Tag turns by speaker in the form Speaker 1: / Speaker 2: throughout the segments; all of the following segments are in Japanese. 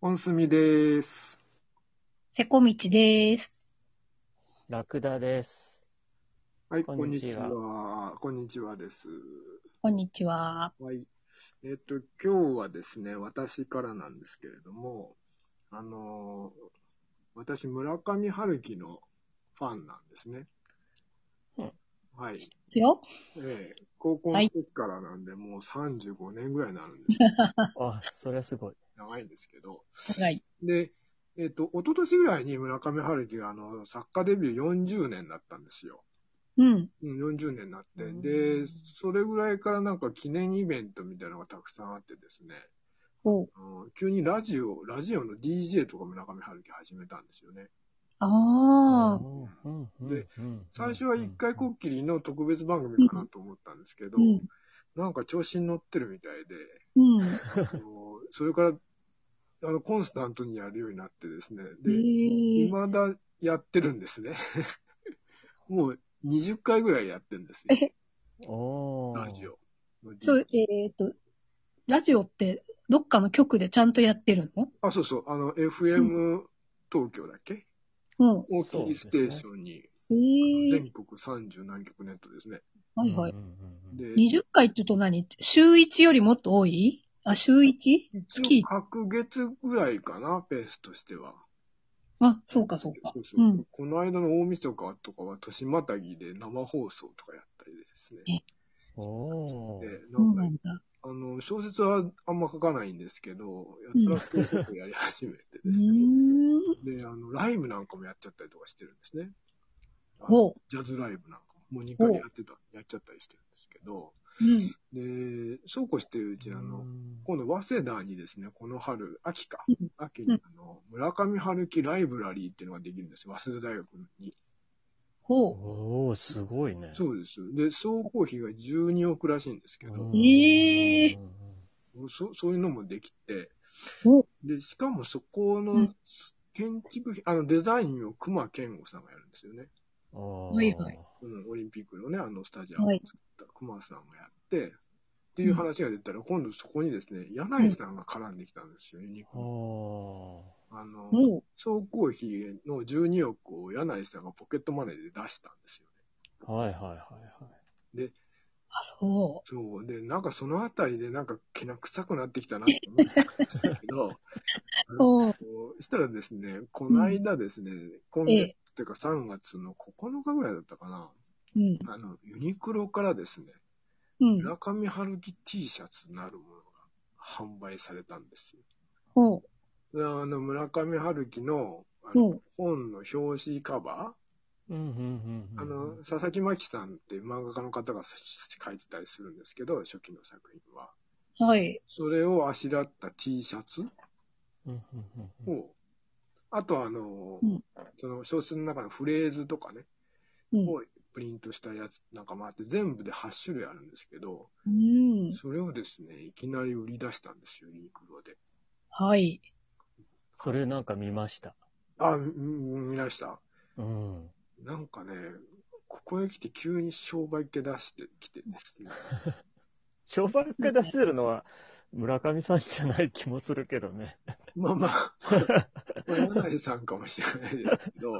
Speaker 1: 本住です。
Speaker 2: せこみちです。
Speaker 3: ラクダ です。
Speaker 1: はい、こ
Speaker 3: こ
Speaker 1: ん
Speaker 3: ん
Speaker 1: に
Speaker 3: に
Speaker 1: ち
Speaker 3: ち
Speaker 1: は。こんにちはです。
Speaker 2: こんにちは。
Speaker 1: はい。えっ、と、今日はですね、私からなんですけれども、あのー私、村上春樹のファンなんですね。
Speaker 3: うん
Speaker 1: はい。
Speaker 2: ですよ。
Speaker 1: ええ高校の時からなんで、もう35年ぐらいになるん です。
Speaker 3: あ、それはすごい。
Speaker 1: 長いんですけど。
Speaker 2: はい。
Speaker 1: で、えっ、と、一昨年ぐらいに村上春樹があの、作家デビュー40年だったんですよ。
Speaker 2: うん。
Speaker 1: うん、40年になって、
Speaker 3: うん
Speaker 1: で、それぐらいからなんか記念イベントみたいなのがたくさんあってですね、
Speaker 2: おう
Speaker 1: うん、急にラジオ、ラジオの DJ とか村上春樹始めたんですよね。
Speaker 2: ああ。
Speaker 3: うんうん
Speaker 1: で
Speaker 3: うん
Speaker 1: 最初は一回こっきりの特別番組かなと思ったんですけど、
Speaker 2: うん。
Speaker 1: なんか調子に乗ってるみたいで、
Speaker 2: うん。
Speaker 1: あのそれから、あの、コンスタントにやるようになってですね、
Speaker 2: え
Speaker 1: で、
Speaker 2: え。
Speaker 1: 未だやってるんですね。 もう20回ぐらいやってるんですよ、
Speaker 3: うんおー
Speaker 1: ラジ。オの DJ。
Speaker 2: そう、えっ、と、ラジオってどっかの局でちゃんとやってるの
Speaker 1: あ、そうそう、あの、FM 東京だっけ、
Speaker 2: う
Speaker 1: 大きいステーションに、
Speaker 2: ん。ええ。
Speaker 1: 全国30何局ネットですね。
Speaker 2: はいはい
Speaker 3: うん。うんうんうん
Speaker 1: で、
Speaker 2: 20回って言うと何週1よりもっと多いあ、週 1?
Speaker 1: 一
Speaker 2: 月
Speaker 1: 応、各月ぐらいかな、ペースとしては。
Speaker 2: あ、そうかそうか
Speaker 1: そう。そうう。
Speaker 2: ん。
Speaker 1: この間の大晦日とかは、年またぎで生放送とかやったりですね。
Speaker 3: お
Speaker 1: で
Speaker 3: ー。、
Speaker 2: そう
Speaker 1: な
Speaker 2: なん
Speaker 1: か、
Speaker 2: んだ。
Speaker 1: あの、小説はあんま書かないんですけど、やたらとよくやり始めて
Speaker 2: う
Speaker 1: ですね。
Speaker 2: ーん。
Speaker 1: で、あの、ライブなんかもやっちゃったりとかしてるんですね。あの
Speaker 2: おう。
Speaker 1: ジャズライブなんかも、もう2回やってた、やっちゃったりしてるんですけど、
Speaker 2: うん。
Speaker 1: で、そうこうしてるうち、あの、今度、早稲田にですね、この春、秋か
Speaker 2: うん、
Speaker 1: 秋
Speaker 2: う
Speaker 1: に
Speaker 2: ん、
Speaker 1: あの、村上春樹ライブラリーっていうのができるんですよ、早稲田大学に。
Speaker 2: ほう。
Speaker 3: おー、すごいね。
Speaker 1: そうです。で、総工費が12億らしいんですけど、
Speaker 3: うん
Speaker 2: えー
Speaker 3: うん
Speaker 1: そそういうのもできて
Speaker 2: お、
Speaker 1: で、しかもそこ
Speaker 2: う
Speaker 1: の
Speaker 2: ん
Speaker 1: 建築費、あの、デザインを熊健吾さんがやるんですよね。
Speaker 3: うん
Speaker 2: はいはい
Speaker 1: うん、オリンピックのね、あの、スタジアムを
Speaker 2: はい
Speaker 1: 作った熊さんがやって、っていう話が出たら、今度そこにですね、柳井さんが絡んできたんですよ、ユニコーン
Speaker 3: お
Speaker 1: あの、
Speaker 2: おう。
Speaker 1: 総工費の12億を柳井さんがポケットマネーで出したんですよね。
Speaker 3: ー。はいはいはいはい。
Speaker 2: あ、そ
Speaker 1: そう。で、なんかそのあたりでなんか気な臭くなってきたなって思ったんですけ ど、
Speaker 2: う。おう。
Speaker 1: そうしたらですね、この間ですね、今
Speaker 2: え
Speaker 1: 月
Speaker 2: え
Speaker 1: っていうか3月の9日ぐらいだったかな、
Speaker 2: うん。
Speaker 1: あの、ユニクロからですね、
Speaker 2: うん。
Speaker 1: 村上春樹 T シャツなるものが販売されたんですよ。
Speaker 2: ほう。
Speaker 1: であの、村上春樹のあ
Speaker 2: ほ
Speaker 1: の
Speaker 2: う。
Speaker 1: 本の表紙カバー
Speaker 3: うんうんうんうん。
Speaker 1: あの、佐々木真希さんっていう漫画家の方が書いてたりするんですけど、初期の作品は。
Speaker 2: はい。
Speaker 1: それをあしらった T シャツ
Speaker 3: うんうんうんうん、
Speaker 1: を、あとあの、
Speaker 2: うん
Speaker 1: その小説の中のフレーズとかね、
Speaker 2: うん。
Speaker 1: をプリントしたやつなんかもあって、全部で8種類あるんですけど、
Speaker 2: うん。
Speaker 1: それをですね、いきなり売り出したんですよ、ユニクロで。
Speaker 2: はい。
Speaker 3: それなんか見ました。
Speaker 1: あ、うん見ました
Speaker 3: うん。
Speaker 1: なんかね、ここへ来て急に商売系出してきてですね。
Speaker 3: 商売家出してるのは村上さんじゃない気もするけどね。
Speaker 1: まあまあ、 これ柳井さんかもしれないですけど、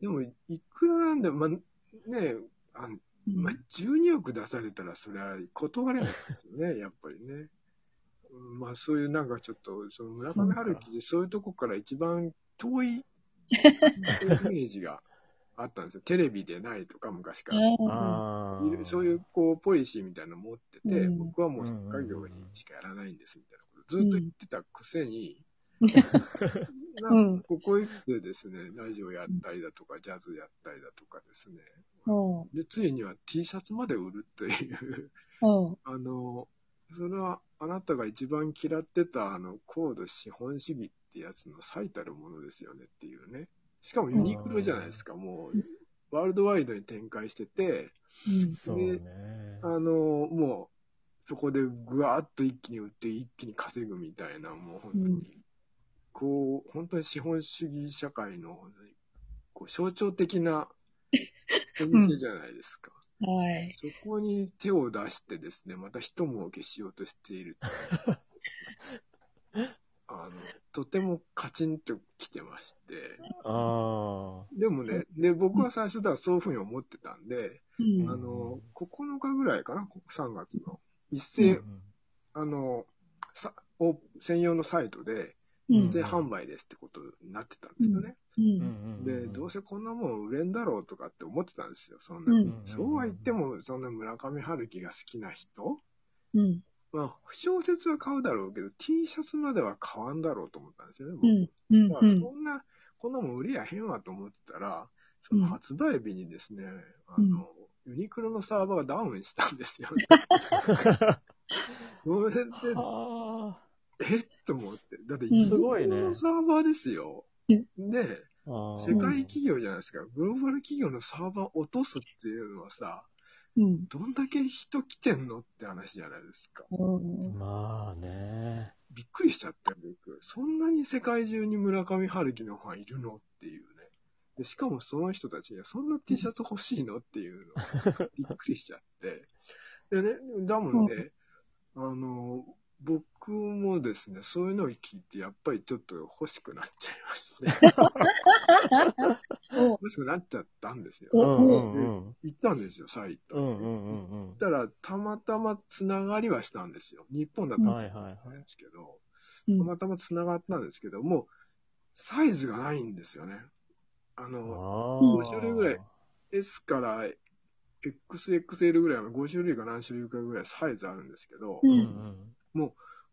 Speaker 1: でも、いくらなんでも、まあ、ねえ、あの
Speaker 2: うん
Speaker 1: まあ、12億出されたら、それは断れないですよ ね、やっぱりね。うんまあ、そういうなんかちょっと、その村上春樹でそういうとこから一番遠いイメージがあったんですよ。テレビでないとか、昔から。
Speaker 2: あ
Speaker 3: あ
Speaker 1: いるそういう、こう、ポリシーみたいなの持ってて、
Speaker 2: うん
Speaker 1: 僕はもう
Speaker 3: うん
Speaker 1: 作
Speaker 3: うんうん
Speaker 1: 家業にしかやらないんですみたいなことずっと言ってたくせに、
Speaker 2: うん
Speaker 1: な
Speaker 2: うんん
Speaker 1: かここへ来てですね、ラジオやったりだとか、ジャズやったりだとかですね、
Speaker 2: あ。うん。
Speaker 1: で、ついには T シャツまで売るという、
Speaker 2: うん。
Speaker 1: あの、それはあなたが一番嫌ってた、あの、高度資本主義ってやつの最たるものですよねっていうね。しかもユニクロじゃないですか、もう、ワールドワイドに展開してて、
Speaker 2: うん。
Speaker 3: そうね。
Speaker 1: あの、もう、そこでぐわーっと一気に売って一気に稼ぐみたいな、もう本当に、
Speaker 2: うん
Speaker 1: こう、本当に資本主義社会の、こう象徴的なお店じゃないです か。
Speaker 2: はい。
Speaker 1: そこに手を 出してですね、また一儲けしようとしている。あの、とてもカチンと来てまして。
Speaker 3: あ
Speaker 1: でもね、で、僕は最初だからそういうふうに思ってたんで、
Speaker 2: うん
Speaker 1: あの、9日ぐらいかな、3月の。一
Speaker 3: あ。
Speaker 1: 斉、あの、さお専用のサイトで、
Speaker 2: うん
Speaker 1: 一斉販売ですってことになってたんですよね。
Speaker 2: うん
Speaker 3: うん
Speaker 1: で、どう
Speaker 3: し
Speaker 1: せこんなもん売れんだろうとかって思ってたんですよ、そん
Speaker 2: う
Speaker 1: な。
Speaker 2: ん
Speaker 1: そうは言って、も、そんな村上春樹が好きな人
Speaker 2: うん
Speaker 1: まあ、小説は買うだろうけど、T シャツまでは買わんだろうと思ったんですよね、僕
Speaker 2: うんうん
Speaker 1: だか
Speaker 2: う
Speaker 1: ら
Speaker 2: ん
Speaker 1: そんな、こんなもん売りやへんわと思ってたら、その発売日にですね、あの、ユニクロのサーバーがダウンしたんです よね。それで、
Speaker 3: あ
Speaker 1: えっと思って。だって、
Speaker 2: ん
Speaker 1: ユニクロのサーバーですよ。
Speaker 2: うん
Speaker 1: で、
Speaker 3: あ。
Speaker 1: 世界企業じゃないですか。グローバル企業のサーバー落とすっていうのはさ、
Speaker 2: うん
Speaker 1: どんだけ人来てんのって話じゃないですか。
Speaker 2: うん
Speaker 3: まあね。
Speaker 1: びっくりしちゃったよ、僕。そんなに世界中に村上春樹のファンいるのっていうね。でしかもその人たちにはそんな T シャツ欲しいのっていうの がびっくりしちゃって。でね、だもんね、あの、僕もですね、そういうのを聞いて、やっぱりちょっと欲しくなっちゃいまして、
Speaker 2: お
Speaker 1: 欲しくなっちゃったんですよ。
Speaker 2: お
Speaker 3: うんうん
Speaker 1: 行ったんですよ、サイト。
Speaker 3: うん。うんう
Speaker 1: 行っ
Speaker 3: んうん
Speaker 1: たら、たまたまつながりはしたんですよ。日本だった
Speaker 3: うん。
Speaker 1: ら
Speaker 3: はいはいはい。
Speaker 1: ですけど。
Speaker 2: うん
Speaker 1: たまたま繋がったんですけど、もう、サイズがないんですよね。あ
Speaker 3: あ
Speaker 1: の、
Speaker 3: あ。
Speaker 1: 5種類ぐらい。S から XXL ぐらいの5種類か何種類かぐらいサイズあるんですけど、
Speaker 2: う
Speaker 3: うんん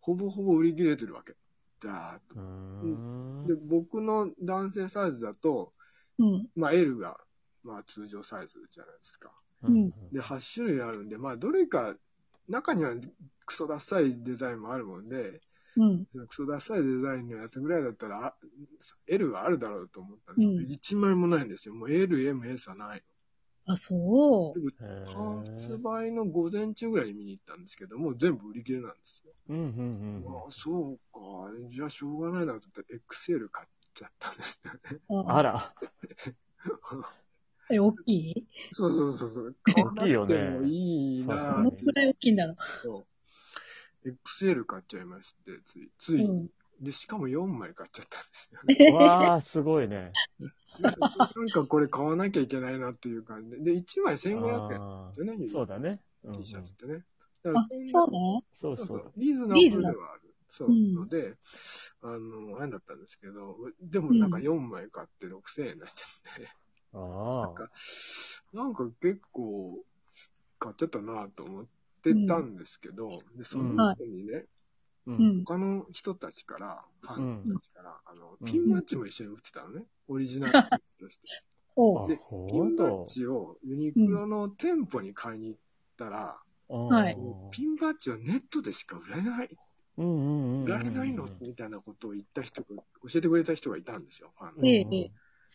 Speaker 1: ほぼほぼ売り切れてるわけ。だーっと。
Speaker 3: うん。
Speaker 1: で、僕の男性サイズだと、
Speaker 2: うん
Speaker 1: まあ L が、まあ通常サイズじゃないですか。
Speaker 3: うん。
Speaker 1: で、8種類あるんで、まあどれか、中にはクソダッサいデザインもあるもんで、
Speaker 2: うん
Speaker 1: クソダサいデザインのやつぐらいだったら、あ L はあるだろうと思ったんですけど、
Speaker 2: うん
Speaker 1: 1枚もないんですよ。もう L、M、S はない。
Speaker 2: あ、そう。
Speaker 3: へー
Speaker 1: 発売の午前中ぐらいに見に行ったんですけど、もう全部売り切れなんですよ。
Speaker 3: うんうん
Speaker 1: ああ、そうか。じゃあしょうがないなと思って、XL 買っちゃったんですよね。
Speaker 3: うん。あ
Speaker 2: あ、
Speaker 3: ら。
Speaker 2: え、大きい
Speaker 1: そうそうそうそう。買わ
Speaker 3: 大
Speaker 1: な
Speaker 3: きいよ
Speaker 1: く
Speaker 3: ね
Speaker 1: てもいい
Speaker 3: さす
Speaker 1: な
Speaker 2: ど
Speaker 1: ぁ
Speaker 3: が
Speaker 2: の
Speaker 3: に
Speaker 1: って
Speaker 2: くらい大きいんだろ
Speaker 1: そう XL 買っちゃいまして、つい、つ
Speaker 2: う。
Speaker 1: い。
Speaker 2: うん。
Speaker 1: で、しかも4枚買っちゃったんですよね。
Speaker 3: わあ、すごいね。
Speaker 1: なんかなんかこれ買わなきゃいけないなっていう感じで、で、1枚1500円で
Speaker 3: あ
Speaker 1: すよね、
Speaker 3: ーそうだね。うんう
Speaker 1: T
Speaker 3: ん
Speaker 1: シャツってね。だから
Speaker 2: あ、そうね。
Speaker 3: そう
Speaker 1: そんな
Speaker 3: そう。
Speaker 1: リーズナブ
Speaker 2: リーズ
Speaker 1: ルで
Speaker 2: ナ
Speaker 1: は
Speaker 2: ブ
Speaker 1: ある。そう。
Speaker 2: うん
Speaker 1: ので、あの、あれだったんですけど、でもなんか4枚買って6000円になっちゃって、
Speaker 3: ああ。
Speaker 1: なんか結構買っちゃったなと思ってたんですけど、で、その後にね、
Speaker 2: う。
Speaker 3: う
Speaker 2: ん。
Speaker 1: 他の人たちから、ファンたちから、あの
Speaker 3: う、ん
Speaker 1: ピンマッチも一緒に売ってたのね、オリジナルグッズとして。
Speaker 2: お
Speaker 3: あ
Speaker 2: う。
Speaker 1: で、
Speaker 3: ほ
Speaker 1: ピン
Speaker 3: ん
Speaker 1: バ
Speaker 3: と
Speaker 1: ッ。ジをユニクロの店舗に買いに行ったら、
Speaker 2: はい
Speaker 1: もうピンバッジはネットでしか売れない、
Speaker 3: うんうんうん。
Speaker 1: 売られないのみたいなことを言った人が、教えてくれた人がいたんですよ、ファン
Speaker 3: うん
Speaker 1: の
Speaker 2: えええ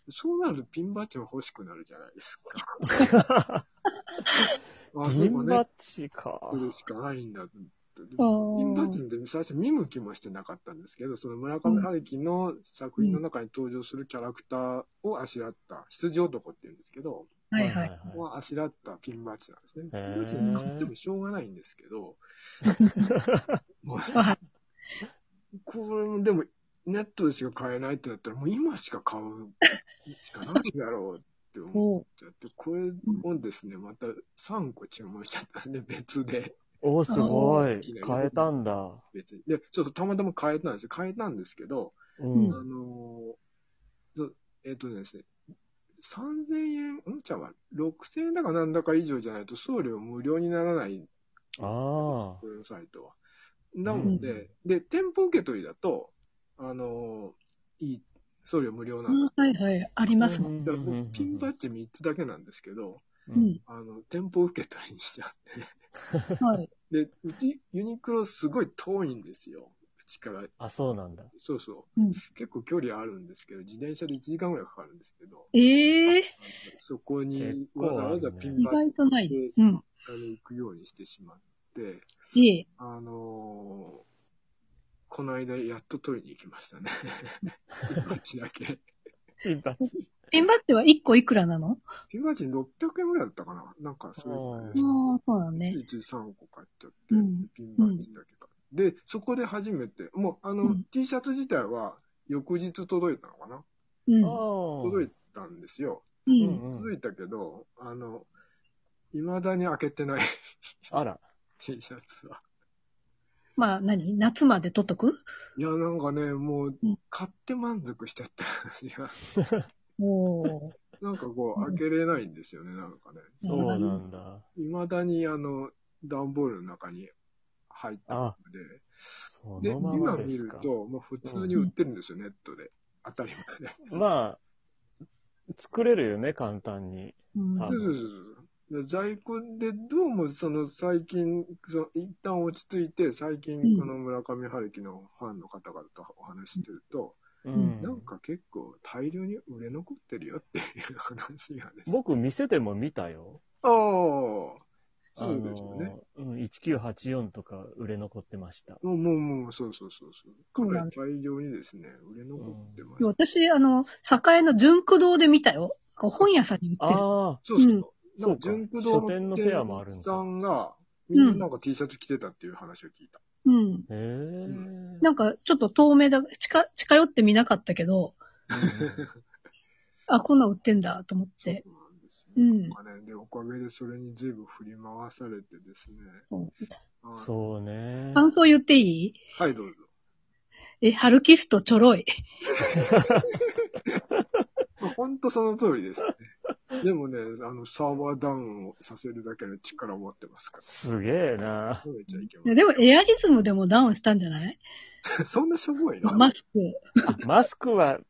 Speaker 1: そうなるとピンバッジも欲しくなるじゃないですか。 あ、そ
Speaker 3: ピ
Speaker 1: う
Speaker 3: ン
Speaker 1: ネ
Speaker 3: バ
Speaker 1: ッ
Speaker 3: ッジか。
Speaker 1: トでしかないんだって。
Speaker 2: あ
Speaker 1: ピンバッジ
Speaker 2: ー
Speaker 1: って最初見向きもしてなかったんですけど、その村上春樹の作品の中に登場するキャラクターをあしらった、羊男って言うんですけど、
Speaker 2: はいはい。
Speaker 1: はあしらったピンバッジなんですね。ピ
Speaker 3: へー
Speaker 1: ンバッジなんて買ってもしょうがないんですけど、もう
Speaker 2: はい。
Speaker 1: これもでも、ネットでしか買えないってなったら、もう今しか買うしかないだろうって思っ
Speaker 2: おう。
Speaker 1: ちゃって、これをですね、また3個注文しちゃったんですね、別で。
Speaker 3: お、すごい
Speaker 1: 大き。な
Speaker 3: 変えたんだ。
Speaker 1: 別に。で、ちょっとたまたま変えたんですよ。変えたんですけど、
Speaker 3: う
Speaker 1: あ
Speaker 3: ん。
Speaker 1: のーそうえっ、とですね、3000円、うんちゃうわ、6000円だかなんだか以上じゃないと送料無料にならない
Speaker 3: ああ。
Speaker 1: このサイトは。なので、で、店舗受け取りだと、あのーいい、送料無料な
Speaker 2: あ
Speaker 1: んで
Speaker 2: ーはいはい。ありますもん。
Speaker 1: だから
Speaker 3: うんうんうん
Speaker 1: 僕、
Speaker 3: うん
Speaker 1: ピンバッジ3つだけなんですけど、
Speaker 3: う
Speaker 2: うんん。
Speaker 1: あの、店舗受け取りにしちゃっ
Speaker 2: はい。
Speaker 1: て。 で、うち、ユニクロすごい遠いんですよ。うちから、
Speaker 3: あ、そうなんだ。
Speaker 1: そうそうう。
Speaker 2: ん
Speaker 1: 結構距離あるんですけど、自転車で1時間ぐらいかかるんですけど、
Speaker 2: え
Speaker 1: あ
Speaker 2: え
Speaker 1: のそこに
Speaker 3: 結構あ
Speaker 1: わ
Speaker 3: るね
Speaker 1: ざわざピン
Speaker 2: 意
Speaker 1: バッ
Speaker 2: 外とない。
Speaker 1: ジで、
Speaker 2: う
Speaker 1: あ
Speaker 2: ん。
Speaker 1: の、行くようにしてしまって、
Speaker 2: ええ。
Speaker 1: あのーこの間やっと取りに行きましたね。 ピンバッジだけ。
Speaker 3: ピンバッジ。
Speaker 2: ピンバッジは1個いくらなの
Speaker 1: ピンバッジ600円ぐらいだったかななんかそういう
Speaker 2: ああ、そうだね。
Speaker 1: ついつい3個買っちゃって、
Speaker 2: うん
Speaker 1: ピンバッジだけ買で、そこで初めて、もうあの、
Speaker 2: うん
Speaker 1: T シャツ自体は翌日届いたのかな
Speaker 2: うん。
Speaker 1: 届い
Speaker 3: あ
Speaker 1: たんですよ。
Speaker 2: う。
Speaker 3: あ。うんんうん。
Speaker 1: 届いたけど、あの、未だに開けてない
Speaker 3: あら。
Speaker 1: T シャツは。
Speaker 2: まあ、何夏まで取っとく
Speaker 1: いや、なんかね、もう
Speaker 2: うん、
Speaker 1: 買って満足しちゃった。いや、
Speaker 2: おー。
Speaker 1: なんかこう、
Speaker 2: うん
Speaker 1: 開けれないんですよね、なんかね。
Speaker 3: そうなんだ。
Speaker 1: 未だに、あの、段ボールの中に入ってるの
Speaker 3: あ、
Speaker 1: で。
Speaker 3: そ
Speaker 1: で、
Speaker 3: のまま
Speaker 1: 今
Speaker 3: で
Speaker 1: 見
Speaker 3: す
Speaker 1: る
Speaker 3: か。
Speaker 1: と、もう普通に売ってるんですよ、ネットで。当たり前で。
Speaker 3: まあ、作れるよね、簡単に。
Speaker 2: うん
Speaker 3: あ
Speaker 1: そうそうそうそう。で在庫で、どうもその最近、その一旦落ち着いて、最近
Speaker 2: うん
Speaker 1: この村上春樹のファンの方々とお話ししてると、
Speaker 3: う
Speaker 1: なん
Speaker 3: ん。
Speaker 1: か結構大量に売れ残ってるよっていう話がです。
Speaker 3: 僕、店でも見たよ。
Speaker 1: ああ、そうですよね。
Speaker 3: あの。うん、1984とか売れ残ってました。
Speaker 1: もう、もう、もう、そうそうそうそう。
Speaker 2: そう
Speaker 1: か
Speaker 2: な
Speaker 1: なんり
Speaker 2: で
Speaker 1: 大量にですね、売れ残ってます。
Speaker 2: いや私、あの、栄の純駆堂で見たよ。こう本屋さんに売ってる。
Speaker 3: ああ、
Speaker 1: そうそう。
Speaker 2: うん
Speaker 1: な
Speaker 3: そ
Speaker 1: ん
Speaker 3: う
Speaker 1: か、
Speaker 3: か
Speaker 1: 純駆動
Speaker 3: 書店のフェアもあるんだ
Speaker 1: 店員さんが、みんななんか T シャツ着てたっていう話を聞いた。
Speaker 2: うん。
Speaker 3: へえ。うん
Speaker 2: なんか、ちょっと透明だ、近、近寄って見なかったけど、あ、こんなん売ってんだと思っ
Speaker 1: そう
Speaker 2: て。
Speaker 1: なんですよ。
Speaker 2: うん
Speaker 1: まあね、で、おかげでそれに随分振り回されてですね。あ
Speaker 3: そうね。
Speaker 2: 感想言っていい
Speaker 1: はい、どうぞ。
Speaker 2: え、春キストちょろい。
Speaker 1: まあ、ほんとその通りですね。でもね、あの、サーバーダウンをさせるだけの力を持ってますから。
Speaker 3: すげえな。
Speaker 1: 食べちゃいけ
Speaker 2: い
Speaker 1: ま
Speaker 2: やでも、エアリズムでもダウンしたんじゃない
Speaker 1: せん。そんなしょぼいな。
Speaker 2: マスク。
Speaker 3: あマスクは